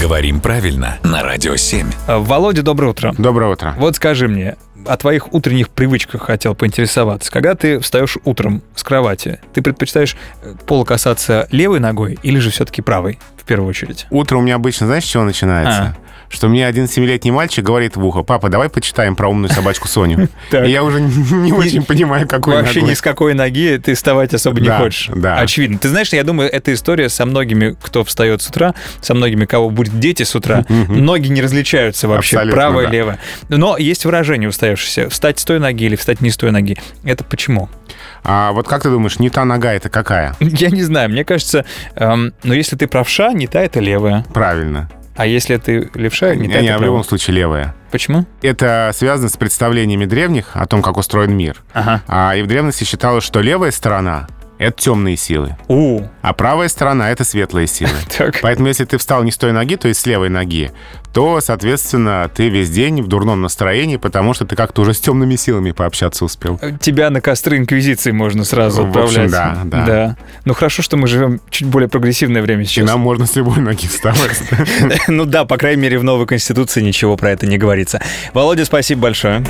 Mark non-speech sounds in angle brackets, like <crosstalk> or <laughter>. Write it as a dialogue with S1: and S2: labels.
S1: Говорим правильно на Радио 7.
S2: Э, Володя, доброе утро.
S3: Доброе утро.
S2: Вот скажи мне, о твоих утренних привычках хотел поинтересоваться. Когда ты встаешь утром с кровати, ты предпочитаешь э, пола касаться левой ногой или же все-таки правой в первую очередь?
S3: Утро у меня обычно, знаешь, с чего
S2: А.
S3: начинается? Что мне один семилетний мальчик говорит в ухо, папа, давай почитаем про умную собачку Соню.
S2: <laughs> Так.
S3: И я уже не очень понимаю, какой
S2: Вообще
S3: ногой.
S2: ни с какой ноги ты вставать особо не
S3: Да,
S2: хочешь.
S3: да.
S2: Очевидно. Ты знаешь, я думаю, эта история со многими, кто встает с утра, со многими, кого будет дети с утра, ноги не различаются вообще,
S3: Абсолютно,
S2: правая,
S3: да.
S2: левая. Но есть выражение устоявшееся, встать с той ноги или встать не с той ноги. Это почему?
S3: А вот как ты думаешь, не та нога это какая?
S2: <laughs> Я не знаю, мне кажется, эм, но если ты правша, не та, это левая.
S3: Правильно.
S2: А если ты левша, не та,
S3: Не, а
S2: это
S3: в
S2: правая.
S3: любом случае левая.
S2: Почему?
S3: Это связано с представлениями древних о том, как устроен мир.
S2: Ага.
S3: А, и в древности считалось, что левая сторона — это темные силы,
S2: У,
S3: а правая сторона — это светлые силы.
S2: так.
S3: Поэтому если ты встал не с той ноги, то есть с левой ноги, то, соответственно, ты весь день в дурном настроении, потому что ты как-то уже с темными силами пообщаться успел.
S2: Тебя на костры инквизиции можно сразу
S3: В общем,
S2: отправлять.
S3: да, да.
S2: Ну хорошо, что мы живем чуть более прогрессивное время
S3: И
S2: сейчас. <laughs>
S3: нам можно с любой ноги вставать.
S4: Ну да, по крайней мере, в новой конституции ничего про это не говорится. Володя, спасибо большое.